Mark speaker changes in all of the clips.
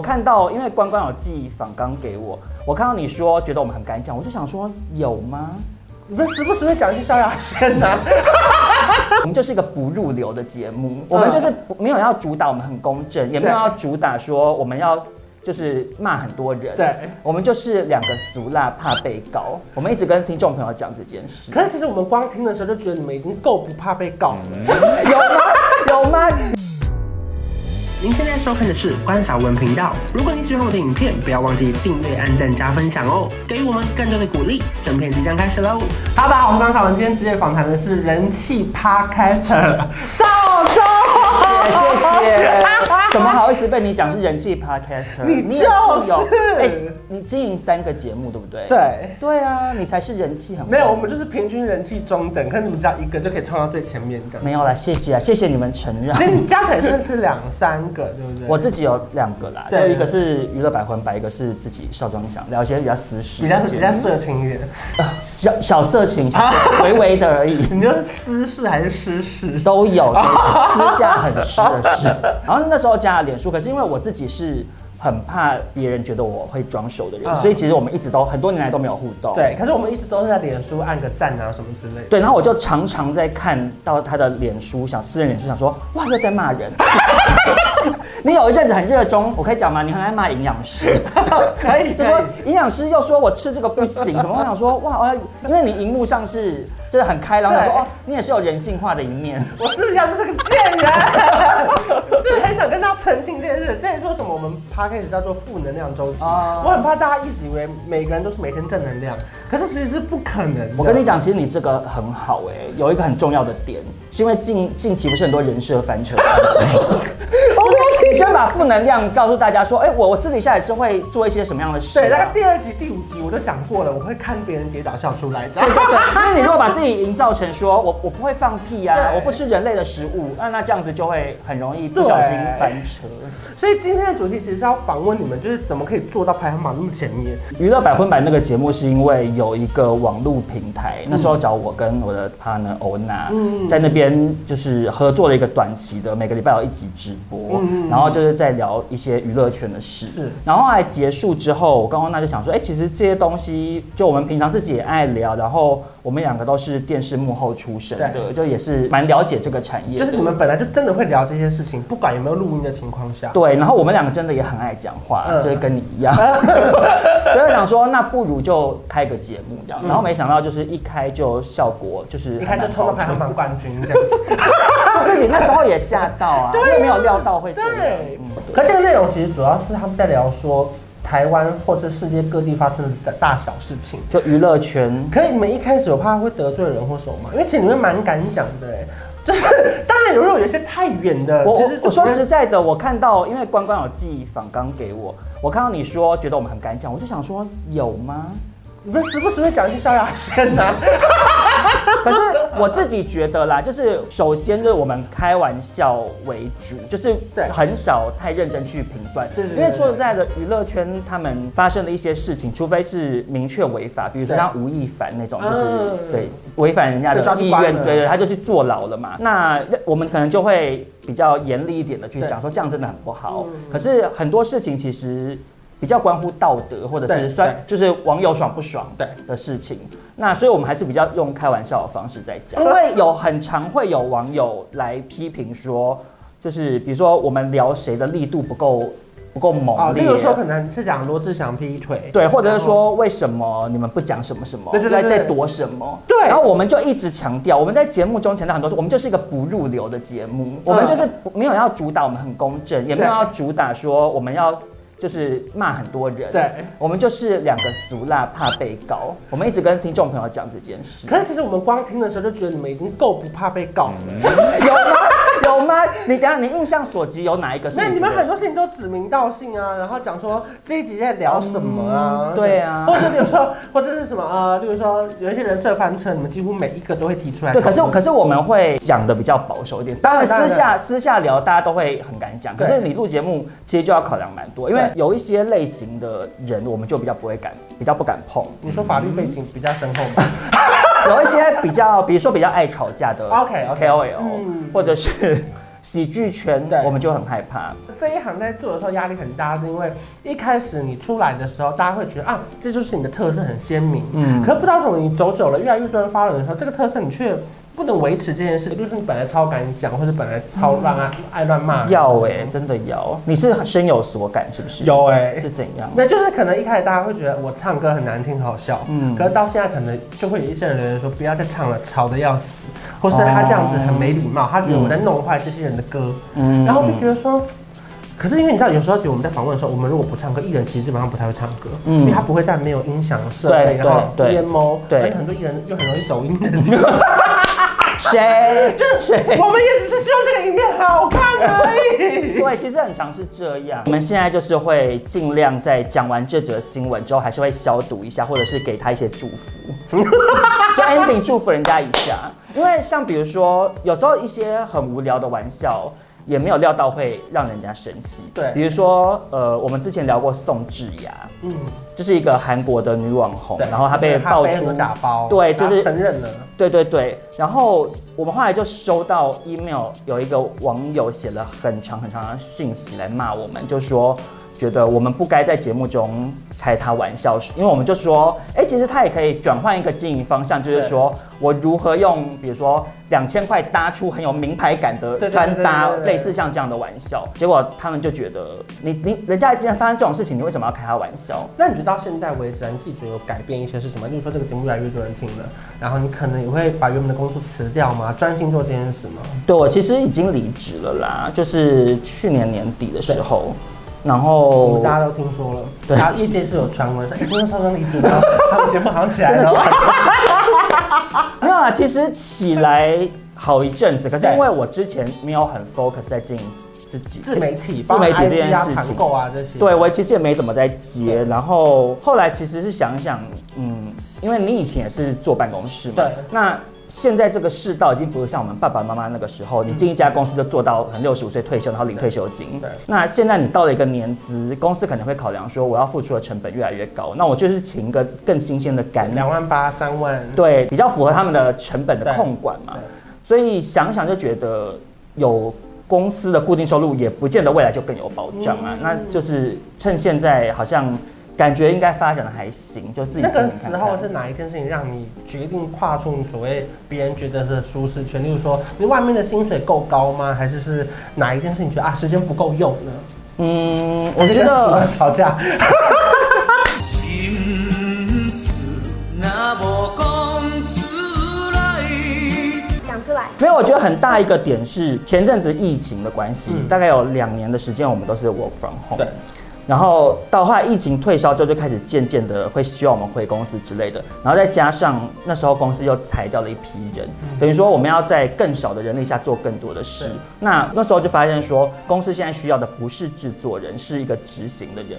Speaker 1: 看到，因为关关有寄访纲给我，我看到你说觉得我们很敢讲，我就想说有吗？
Speaker 2: 你们时不时会讲一些萧亚轩呐，
Speaker 1: 我们就是一个不入流的节目，
Speaker 2: 嗯
Speaker 1: 我们就是不没有要主打我们很公正，也没有要主打说我们要就是骂很多人。
Speaker 2: 对，
Speaker 1: 我们就是两个俗辣怕被告，我们一直跟听众朋友讲这件事。
Speaker 2: 可是其实我们光听的时候就觉得你们已经够不怕被告了。
Speaker 1: 有吗？有吗？
Speaker 2: 您现在收看的是关少文频道。如果你喜欢我的影片，不要忘记订阅、按赞、加分享哦，给予我们更多的鼓励。整片即将开始喽！哈喽，大家好，我是关少文。今天职业访谈的是人气 Podcaster 邵
Speaker 1: 哎谢
Speaker 2: 忠。
Speaker 1: 谢。 怎么好意思被你讲是人气 podcaster？
Speaker 2: 你
Speaker 1: 也
Speaker 2: 就是
Speaker 1: 有哎你经营三个节目对不对？。
Speaker 2: 对，
Speaker 1: 对啊，你才是人气很
Speaker 2: 没有，我们就是平均人气中等，可是你们只要一个就可以冲到最前面的。
Speaker 1: 没有啦，谢谢啊，谢谢你们承认
Speaker 2: 所。以你加起来真的是两三个，对不 对？
Speaker 1: 我自己有两个啦，就
Speaker 2: 对
Speaker 1: 一个是娱乐百分百，一个是自己少装想聊一些比较私事
Speaker 2: 比
Speaker 1: 的
Speaker 2: 较
Speaker 1: 节目，
Speaker 2: 比较啊色情一点，
Speaker 1: 小小色情， 微微的而 已。
Speaker 2: 你就是私事还是私事？
Speaker 1: 都 有，私下很湿的事。然后那时候加了脸书，可是因为我自己是很怕别人觉得我会装熟的人，
Speaker 2: 嗯
Speaker 1: 所以其实我们一直都很多年来都没有互动。
Speaker 2: 对，可是我们一直都是在脸书按个赞啊什么之类的。
Speaker 1: 对，然后我就常常在看到他的脸书，想私人脸书，想说哇又在骂人。 你有一阵子很热衷，我可以讲吗？你很爱骂营养 师，哎
Speaker 2: 可以
Speaker 1: 就说营养师又说我吃这个不行，怎么？我想说哇，哦因为你荧幕上是就是很开朗，
Speaker 2: 对
Speaker 1: 想说哦，你也是有人性化的一面。
Speaker 2: 我私底下就是个 贱人，就是很想跟他澄清这件事。之前说什么我们 p 开始 a 叫做负能量周期，
Speaker 1: 哦
Speaker 2: 我很怕大家一直以为每个人都是每天正能量，可是其实是不可能的。
Speaker 1: 我跟你讲，其实你这个很好哎、有一个很重要的点，是因为近近期不是很多人设翻车， 就是你先把负能量告诉大家说，哎、我我私底下也是会做一些什么样的事、啊，
Speaker 2: 对，大概第二集、第五集我都讲过了，我会看别人跌倒笑出来，这样
Speaker 1: 对对对，因为你如果把自己营造成说我我不会放屁啊，
Speaker 2: 对
Speaker 1: 我不吃人类的食物，那那这样子就会很容易不小心翻车。
Speaker 2: 所以今天的主题其实是要访问你们，就是怎么可以做到排行榜那么前面。
Speaker 1: 娱乐百分百那个节目是因为有一个网络平台，那时候找我跟我的 partner 欧娜、
Speaker 2: 嗯
Speaker 1: 在那边就是合作了一个短期的，每个礼拜有一集直播，
Speaker 2: 嗯
Speaker 1: 然后就是在聊一些娱乐圈的事。
Speaker 2: 是
Speaker 1: 然后后来结束之后，我跟欧娜就想说，哎、其实这些东西就我们平常自己也爱聊，然后我们两个都是电视幕后出身的，
Speaker 2: 对
Speaker 1: 就也是蛮了解这个产业的。
Speaker 2: 就是你们本来就真的会聊这些事情，不管有没有录音的情况下。
Speaker 1: 对，然后我们两个真的也很爱讲话，
Speaker 2: 嗯
Speaker 1: 就是跟你一样， 所以我想说，那不如就开个节目这样。然后没想到就是一开就效果就是
Speaker 2: 嗯一看就 冲到排行榜冠军这样子，
Speaker 1: 榜，自己那时候也吓到啊，因为没有料到会这样。
Speaker 2: 对。可这个内容其实主要是他们在聊说台湾或者世界各地发生的大小事情。
Speaker 1: 就娱乐圈，
Speaker 2: 可是你们一开始有怕会得罪人或什么吗？因为其实你们蛮敢讲的、欸，就是当然如果有一些太远的，
Speaker 1: 我
Speaker 2: 呃其
Speaker 1: 我
Speaker 2: 实
Speaker 1: 我说实
Speaker 2: 是
Speaker 1: 在的，我看到因为关关有寄访纲给我，我看到你说觉得我们很敢讲，我就想说有吗？
Speaker 2: 你们时不时会讲一些萧亚轩呐，
Speaker 1: 可是我自己觉得啦，就是首先就是我们开玩笑为主，就是
Speaker 2: 对
Speaker 1: 很少太认真去评断
Speaker 2: 对。对
Speaker 1: 因为
Speaker 2: 对
Speaker 1: 说实在的，娱乐圈他们发生的一些事情，除非是明确违法，比如说
Speaker 2: 对
Speaker 1: 像吴亦凡那种，就是、
Speaker 2: 嗯
Speaker 1: 对违反人家
Speaker 2: 被抓
Speaker 1: 的
Speaker 2: 去
Speaker 1: 意
Speaker 2: 关
Speaker 1: 愿，
Speaker 2: 了
Speaker 1: 对对，他就去坐牢了嘛。那我们可能就会比较严厉一点的去
Speaker 2: 对
Speaker 1: 讲说这样真的很不好。
Speaker 2: 嗯
Speaker 1: 可是很多事情其实。比较关乎道德，或者
Speaker 2: 对
Speaker 1: 是算
Speaker 2: 对
Speaker 1: 就是网友爽不爽
Speaker 2: 对
Speaker 1: 的事情。那所以我们还是比较用开玩笑的方式在讲，因为有很常会有网友来批评说，就是比如说我们聊谁的力度不够不够
Speaker 2: 哦，
Speaker 1: 猛
Speaker 2: 例
Speaker 1: 烈。啊
Speaker 2: 如说可能是讲罗志祥劈腿，
Speaker 1: 对，或者是说为什么你们不讲什么什么，
Speaker 2: 对对对
Speaker 1: 在
Speaker 2: 对
Speaker 1: 在躲什么？
Speaker 2: 对
Speaker 1: 然后我们就一直强调，我们在节目中强调很多次，我们就是一个不入流的节目，我们就是不没有要主打我们很公正，也没有
Speaker 2: 嗯对
Speaker 1: 要主打说我们要就是骂很多人，
Speaker 2: 对，
Speaker 1: 我们就是两个俗辣怕被告，我们一直跟听众朋友讲这件事。
Speaker 2: 可是其实我们光听的时候就觉得你们已经够不怕被告了，
Speaker 1: 有吗？ 有吗？你等一下，你印象所及有哪一个是
Speaker 2: 所以你们
Speaker 1: 觉得
Speaker 2: 很多事情都指名道姓啊，然后讲说这一集在聊什么啊，
Speaker 1: 嗯对啊
Speaker 2: 或者比如说或者是什么呃，例如说有一些人设翻车，你们几乎每一个都会提出来讨
Speaker 1: 对？
Speaker 2: 论。
Speaker 1: 可是可是我们会讲的比较保守一点，当然
Speaker 2: 当
Speaker 1: 私
Speaker 2: 然
Speaker 1: 下私下聊大家都会很敢讲，可
Speaker 2: 对
Speaker 1: 是你录节目其实就要考量蛮多，因为
Speaker 2: 对
Speaker 1: 有一些类型的人我们就比较不会敢，比较不敢碰，
Speaker 2: 你说法律背景比较深厚吗？
Speaker 1: 有一些比较比如说比较爱吵架的
Speaker 2: OK，OK
Speaker 1: KOL，
Speaker 2: 嗯
Speaker 1: 或者是喜剧圈
Speaker 2: 对
Speaker 1: 我们就很害怕。
Speaker 2: 这一行在做的时候压力很大，是因为一开始你出来的时候，大家会觉得啊，这就是你的特色很鲜明。嗯，
Speaker 1: 嗯
Speaker 2: 可是不知道为什么你走久了，越来越多人发了的时候，这个特色你却不能维持这件事。比如说你本来超敢讲，或者本来超乱爱、爱乱骂人。
Speaker 1: 要哎、真的要。你是深有所感是不是？
Speaker 2: 欸有哎、
Speaker 1: 是怎样？
Speaker 2: 那就是可能一开始大家会觉得我唱歌很难听，好笑，嗯，
Speaker 1: 嗯
Speaker 2: 可是到现在可能就会有一些人留言说不要再唱了，吵得要死，或是他这样子很没礼貌，他觉得我在弄坏这些人的歌，
Speaker 1: 哦嗯
Speaker 2: 然后就觉得说。可是因为你知道，有时候其实我们在访问的时候，我们如果不唱歌，艺人其实基本上不太会唱歌，
Speaker 1: 嗯
Speaker 2: 因为他不会在没有音响设备，
Speaker 1: 对
Speaker 2: 然后
Speaker 1: 对对
Speaker 2: EMO，
Speaker 1: 对
Speaker 2: 所以很多艺人又很容易走音的。
Speaker 1: 谁？谁？
Speaker 2: 我们也只是希望这个影片好看而 已。
Speaker 1: 对，其实很常是这样。我们现在就是会尽量在讲完这则新闻之后，还是会消毒一下，或者是给他一些祝福， 就 ending 祝福人家一下。因为像比如说，有时候一些很无聊的玩笑。也没有料到会让人家生气，
Speaker 2: 对
Speaker 1: 比如说，呃，我们之前聊过宋智雅，
Speaker 2: 嗯，
Speaker 1: 就是一个韩国的女网红
Speaker 2: 对，，
Speaker 1: 然后她被
Speaker 2: 就是
Speaker 1: 爆
Speaker 2: 很
Speaker 1: 出
Speaker 2: 多假包，
Speaker 1: 对就是
Speaker 2: 他承认了。
Speaker 1: 对对对，然后我们后来就收到 email，有一个网友写了很长很长的讯息来骂我们，就说觉得我们不该在节目中开他玩笑，因为我们就说，哎，其实他也可以转换一个经营方向，就是说我如何用，比如说两千块搭出很有名牌感
Speaker 2: 对对
Speaker 1: 的
Speaker 2: 对
Speaker 1: 穿搭
Speaker 2: 对对对，对
Speaker 1: 类似像这样的玩笑，结果他们就觉得你你人家既然发生这种事情，你为什么要开他玩笑？
Speaker 2: 那你觉得到现在为止啊，你自己觉得有改变一些是什么？例如说这个节目越来越多人听了，然后你可能也会把原本的工作辞掉吗？专心做这件事吗？
Speaker 1: 对，我其实已经离职了啦，就是去年年底的时候，然
Speaker 2: 我
Speaker 1: 后
Speaker 2: 们大家都听说了，
Speaker 1: 对
Speaker 2: 然后业界是有传闻，一定超生离职的，他们节目好像起来 了。
Speaker 1: 没有啦，啊其实起来好一阵子，可是
Speaker 2: 对
Speaker 1: 因为我之前没有很 focus 在经营自己，
Speaker 2: 自媒体、
Speaker 1: 自媒体
Speaker 2: 包括 IG
Speaker 1: 这件
Speaker 2: 啊
Speaker 1: 事情
Speaker 2: 团购啊这些，
Speaker 1: 对我其实也没怎么在接
Speaker 2: 对，
Speaker 1: 然后后来其实是想一想，嗯，因为你以前也是坐办公室嘛，
Speaker 2: 对
Speaker 1: 那。现在这个世道已经不是像我们爸爸妈妈那个时候，你进一家公司就做到可能六十五岁退休，然后领退休金。
Speaker 2: 嗯对
Speaker 1: 那现在你到了一个年资，公司可能会考量说我要付出的成本越来越高，那我就是请一个更新鲜的干
Speaker 2: 两万八、三万，
Speaker 1: 对，比较符合他们的成本的控管嘛
Speaker 2: 对对。
Speaker 1: 所以想想就觉得有公司的固定收入，也不见得未来就更有保障
Speaker 2: 嗯
Speaker 1: 啊。那就是趁现在好像感觉应该发展的还行，就自己
Speaker 2: 那个
Speaker 1: 经营看
Speaker 2: 时
Speaker 1: 看
Speaker 2: 候是哪一件事情让你决定跨出你所谓别人觉得是舒适圈？例如说，你外面的薪水够高吗？还是是哪一件事情觉得啊时间不够用呢？
Speaker 1: 嗯，我觉
Speaker 2: 主
Speaker 1: 得
Speaker 2: 管吵架，
Speaker 3: 心事若无讲出来。
Speaker 4: 讲出来。
Speaker 1: 没有，我觉得很大一个点是前阵子疫情的关系，
Speaker 2: 嗯
Speaker 1: 大概有两年的时间，我们都是 work from home。
Speaker 2: 对，
Speaker 1: 然后到后来疫情退烧之后，就开始渐渐的会希望我们回公司之类的。然后再加上那时候公司又裁掉了一批人，等于说我们要在更少的人力下做更多的事
Speaker 2: 嗯对。
Speaker 1: 那那时候就发现说，公司现在需要的不是制作人，是一个执行的人。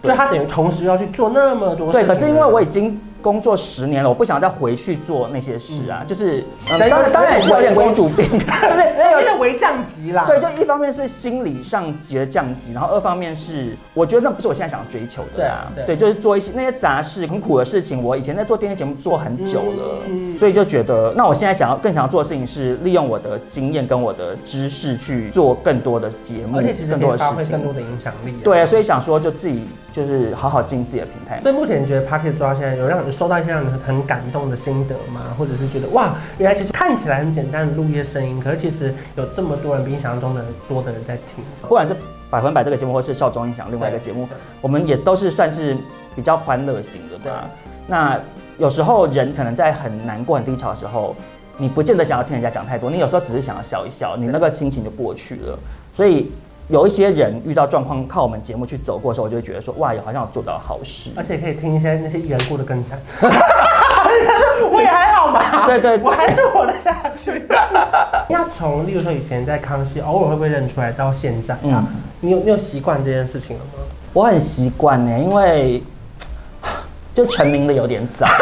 Speaker 2: 就他等于同时要去做那么多事
Speaker 1: 对，
Speaker 2: 情。
Speaker 1: 可是因为我已经工作十年了，我不想再回去做那些事啊。就是、呃
Speaker 2: 嗯等于
Speaker 1: 当然当然也是有点
Speaker 2: 我
Speaker 1: 公主病， 就是哎
Speaker 2: 有点为降级啦。
Speaker 1: 对，就一方面是心理上级的降级，然后二方面是我觉得那不是我现在想要追求的啦。
Speaker 2: 对对
Speaker 1: 就是做一些那些杂事、很苦的事情，我以前在做电视节目做很久了，
Speaker 2: 嗯
Speaker 1: 所以就觉得那我现在想要更想要做的事情是利用我的经验跟我的知识去做更多的节目，
Speaker 2: 而且其实
Speaker 1: 更
Speaker 2: 可
Speaker 1: 多
Speaker 2: 以
Speaker 1: 的
Speaker 2: 发
Speaker 1: 事
Speaker 2: 挥
Speaker 1: 情
Speaker 2: 更。多的影响力、啊。
Speaker 1: 对，所以想说就自己就是好好经营自己的平台。
Speaker 2: 所以目前你觉得 p a r k e t 做到现在，有让你收到一些让你很感动的心得吗？或者是觉得哇，原来其实看起来很简单的录一些声音，可是其实有这么多人比你想象中的多的人在听。
Speaker 1: 不管是百分百这个节目，或是少中音响另外一个节目
Speaker 2: 对对，
Speaker 1: 我们也都是算是比较欢乐型的吧。那有时候人可能在很难过、很低潮的时候，你不见得想要听人家讲太多，你有时候只是想要笑一笑，你那个心情就过去了。所以有一些人遇到状况，靠我们节目去走过的时候，我就会觉得说，哇，好像有做到好事。
Speaker 2: 而且可以听一些那些艺人过得更惨。 他说我也还好吧，
Speaker 1: 对对对
Speaker 2: 我还是活得下去。 那从例如说以前在康熙，偶尔会不会认出来，到现在啊，
Speaker 1: 嗯
Speaker 2: 你有你有习惯这件事情了吗？
Speaker 1: 我很习惯欸呢，因为就成名的有点早。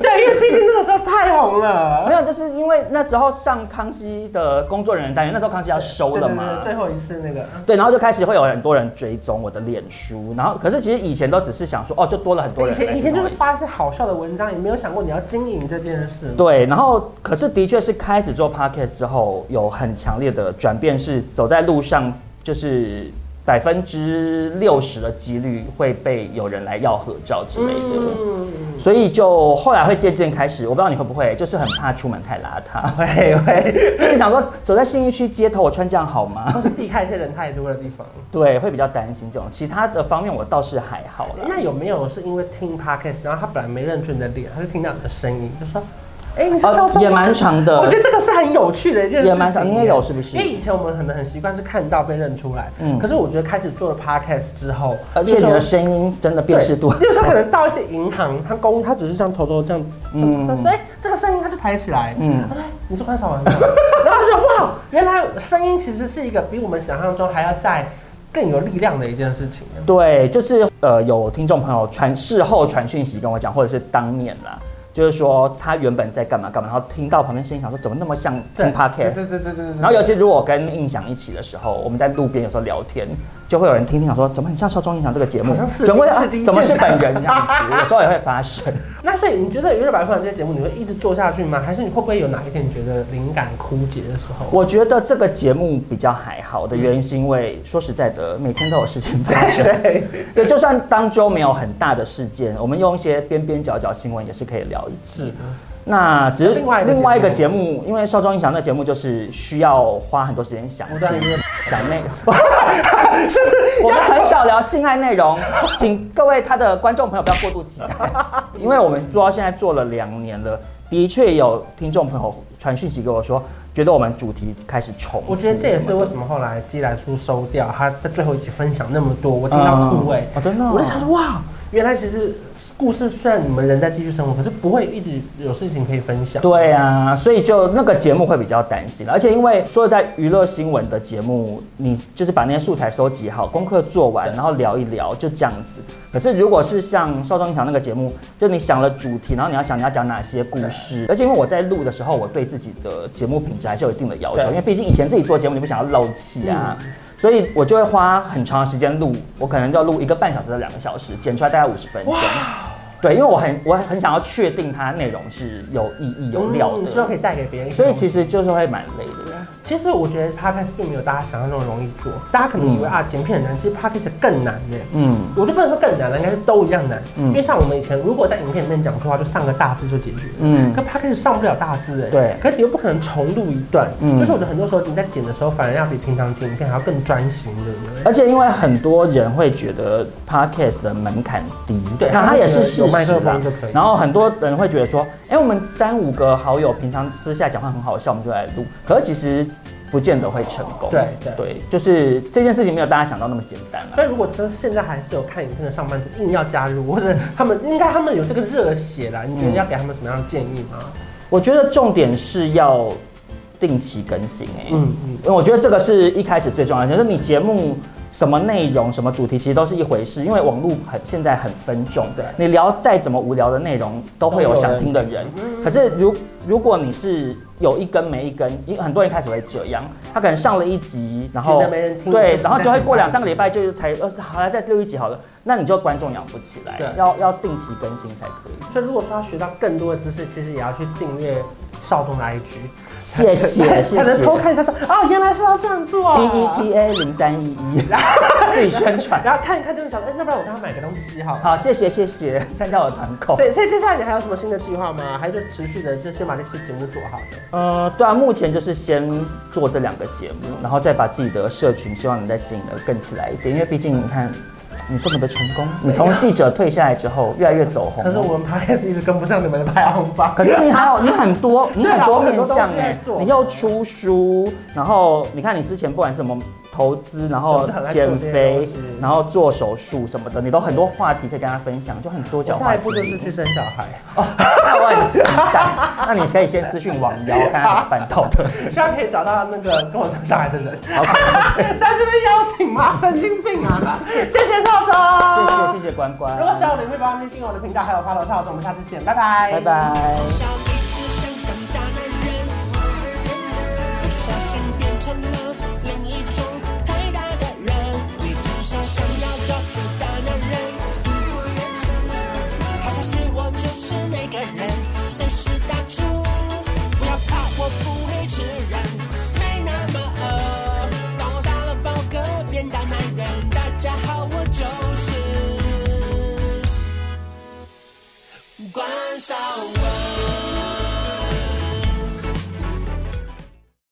Speaker 2: 对，因为毕毕竟那个时候太红了
Speaker 1: 没。有，就是因为那时候上康熙的工作人员单元，那时候康熙要收了嘛，
Speaker 2: 对对对最后一次那个，
Speaker 1: 对，然后就开始会有很多人追踪我的脸书，然后可是其实以前都只是想说，哦，就多了很多
Speaker 2: 以
Speaker 1: 人来追踪而
Speaker 2: 前
Speaker 1: 已。
Speaker 2: 以前就是发一些好笑的文章，也没有想过你要经营这件事。
Speaker 1: 对，然后可是的确是开始做 podcast 之后，有很强烈的转变，是走在路上就是百分之六十的几率会被有人来要合照之类的。
Speaker 2: 嗯，
Speaker 1: 所以就后来会渐渐开始，我不知道你会不会，就是很怕出门太邋遢，
Speaker 2: 会会，
Speaker 1: 就是想说走在信义区街头，我穿这样好吗？
Speaker 2: 都是避开一些人太多的地方。
Speaker 1: 对，会比较担心这种。其他的方面我倒是还好啦。
Speaker 2: 那有没有是因为听 podcast，然后他本来没认出你的脸，他就听到你的声音，就说：“哎、你是
Speaker 1: 呃
Speaker 2: 赵忠吗
Speaker 1: 也蛮长的
Speaker 2: 我觉得这个是很有趣的一件事情。
Speaker 1: 也蛮长你也有是不是
Speaker 2: 因为以前我们可能很习惯是看到被认出来，
Speaker 1: 嗯
Speaker 2: 可是我觉得开始做了 podcast 之后，
Speaker 1: 而且你的声音真的辨识度很
Speaker 2: 有时候可
Speaker 1: 高，
Speaker 2: 能到一些银行，他公他只是这样偷偷这样，
Speaker 1: 嗯
Speaker 2: 嗯，哎、这个声音他就抬起来，
Speaker 1: 嗯
Speaker 2: 嗯，哎，你是关少文吗，然后就觉得哇，原来声音其实是一个比我们想象中还要再更有力量的一件事情。
Speaker 1: 对，就是呃，有听众朋友传事后传讯息跟我讲，或者是当面啦，就是说他原本在干嘛干嘛，然后听到旁边声音，想说怎么那么像听
Speaker 2: 对
Speaker 1: podcast，
Speaker 2: 对对对对对对
Speaker 1: 然后尤其如果跟印象一起的时候，我们在路边有时候聊天，就会有人听听想说，怎么很像《少中印象》这个节目
Speaker 2: 好像，是
Speaker 1: 怎么会、
Speaker 2: 第一
Speaker 1: 啊
Speaker 2: 次第一次
Speaker 1: 怎么是本人这 样子？有时候也会发生。
Speaker 2: 那所以你觉得《娱乐百分百》这些节目你会一直做下去吗？还是你会不会有哪一天你觉得灵感枯竭的时候？
Speaker 1: 我觉得这个节目比较还好的原因，是因为说实在的，每天都有事情 发生。
Speaker 2: 对，
Speaker 1: 对，就算当周没有很大的事件，我们用一些边边角角新闻也是可以聊一次。
Speaker 2: 是
Speaker 1: 那只是
Speaker 2: 另外一个
Speaker 1: 另外一个节
Speaker 2: 节
Speaker 1: 目，因为少壮音响那节目就是需要花很多时间想
Speaker 2: 不断
Speaker 1: 剧
Speaker 2: 约
Speaker 1: 想内容， 我们很少聊性爱内容，请各位他的观众朋友不要过度 期待，因为我们做到现在做了两年了，的确有听众朋友传讯息给我说，觉得我们主题开始重复
Speaker 2: 我觉得这也是为什么后来基兰叔收掉，他在最后一期分享那么多，我听到
Speaker 1: 嗯
Speaker 2: 枯萎，
Speaker 1: 哦真的哦
Speaker 2: 我就想说哇，原来其实故事虽然你们人在继续生活，可是不会一直有事情可以分享。嗯
Speaker 1: 对啊，所以就那个节目会比较担心了，而且因为说在娱乐新闻的节目，你就是把那些素材收集好，功课做完，然后聊一聊，就这样子。可是如果是像少壮强那个节目，就你想了主题，然后你要想你要讲哪些故事，而且因为我在录的时候，我对自己的节目品质还是有一定的要求，
Speaker 2: 对
Speaker 1: 因为毕竟以前自己做节目，你不想要漏气啊。所以我就会花很长的时间录，我可能要录一个半小时到两个小时，剪出来大概五十分钟。对，因为我很我很想要确定它内容是有意义、有料
Speaker 2: 嗯你希望可
Speaker 1: 的，
Speaker 2: 以带给别人一些
Speaker 1: 所
Speaker 2: 东西。
Speaker 1: 以其实就是会蛮累的。
Speaker 2: 其实我觉得 podcast 并没有大家想象中容易做，大家可能以为啊剪片很难，其实 podcast 更难耶。
Speaker 1: 嗯，
Speaker 2: 我就不能说更难啊了，应该是都一样难。
Speaker 1: 嗯
Speaker 2: 因为像我们以前，如果在影片里面讲错话，就上个大字就解决。
Speaker 1: 嗯
Speaker 2: 嗯，可 p o d 上不了大字哎。
Speaker 1: 对
Speaker 2: 可是你又不可能重录一段，
Speaker 1: 嗯
Speaker 2: 就是我觉得很多时候你在剪的时候，反而要比平常剪影片还要更专心，对不对？
Speaker 1: 而且因为很多人会觉得 podcast 的门槛低，
Speaker 2: 对
Speaker 1: 那
Speaker 2: 他
Speaker 1: 它
Speaker 2: 会
Speaker 1: 也
Speaker 2: 觉
Speaker 1: 是
Speaker 2: 得
Speaker 1: 事
Speaker 2: 有麦
Speaker 1: 实
Speaker 2: 克
Speaker 1: 啦
Speaker 2: 风就可以。
Speaker 1: 然后很多人会觉得说，哎，我们三五个好友平常私下讲话很好笑，我们就来录，可是其实不见得会成功。
Speaker 2: 对对
Speaker 1: 对，就是这件事情没有大家想到那么简单啦。
Speaker 2: 所以如果真的现在还是有看影片的上班族硬要加入，或者他们应该他们有这个热血啦，你觉得要给他们什么样的建议吗？
Speaker 1: 我觉得重点是要定期更新、哎，嗯
Speaker 2: 嗯
Speaker 1: 嗯
Speaker 2: 嗯，
Speaker 1: 因为我觉得这个是一开始最重要的，就是你节目什么内容、什么主题，其实都是一回事，因为网络很现在很分众，
Speaker 2: 对
Speaker 1: 你聊再怎么无聊的内容，都会有想听的人。可是如如果你是有一根没一根，因为很多人一开始会这样，他可能上了一集，然后
Speaker 2: 觉得没人听
Speaker 1: 对，
Speaker 2: 就
Speaker 1: 然后就会过
Speaker 2: 再
Speaker 1: 两三个礼拜就才呃好了，再录一集好了，那你就观众养不起来
Speaker 2: 对，
Speaker 1: 要要定期更新才 可以。
Speaker 2: 所以如果说要学到更多的知识，其实也要去订阅少东的 IG，
Speaker 1: 谢谢，谢
Speaker 2: 才能
Speaker 1: 谢。
Speaker 2: 偷看他说哦，原来是要这样做、啊
Speaker 1: D E T A 零三一 一，自己宣传。
Speaker 2: 然后看一看就会想，哎、那不然我跟他买个东西好了。
Speaker 1: 好，谢谢谢谢，参加我的团购。
Speaker 2: 对，所以接下来你还有什么新的计划吗？还是就持续的就先把这期节目做好的？
Speaker 1: 呃，对啊，目前就是先做这两个节目，
Speaker 2: 嗯
Speaker 1: 然后再把自己的社群，希望能再经营的更起来一点，因为毕竟你看。你这么的成功，你从记者退下来之后，越来越走红
Speaker 2: 可是
Speaker 1: 了。
Speaker 2: 我们 podcast 一直跟不上你们的排行榜。
Speaker 1: 可是你还有你很 多，你很多
Speaker 2: 啊我很
Speaker 1: 面
Speaker 2: 多
Speaker 1: 向
Speaker 2: 东西在
Speaker 1: 哎，
Speaker 2: 做
Speaker 1: 你又出书，然后你看你之前不管是什么投资，然后
Speaker 2: 我就很爱做
Speaker 1: 减
Speaker 2: 这些
Speaker 1: 肥
Speaker 2: 东西，
Speaker 1: 然后做手术什么的，你都很多话题可以跟他分享，就很多
Speaker 2: 我
Speaker 1: 角化。
Speaker 2: 下一步就是去生小孩。
Speaker 1: 哦，那我很期待。那你可以先私讯王瑶，看他怎么办到的。
Speaker 2: 希望可以找到那个跟我上上海的人，
Speaker 1: 好，
Speaker 2: 在这边邀 请吗？神经病啊！谢谢少
Speaker 1: 谢
Speaker 2: 总，
Speaker 1: 谢谢谢关关
Speaker 2: 如，果喜欢我的影片，不要忘记订阅我的频道，还有 follow 少总，我们下次见，拜拜，
Speaker 1: 拜。拜。
Speaker 4: 从小一直想当大人，不小心变成了另一种太大的人，一直想想要找个大男人。好消息，我就是那个人，随时打住，不要怕，我不会吃人，没那么饿。当我打了饱嗝，变大男人。大家好，我就是关少文。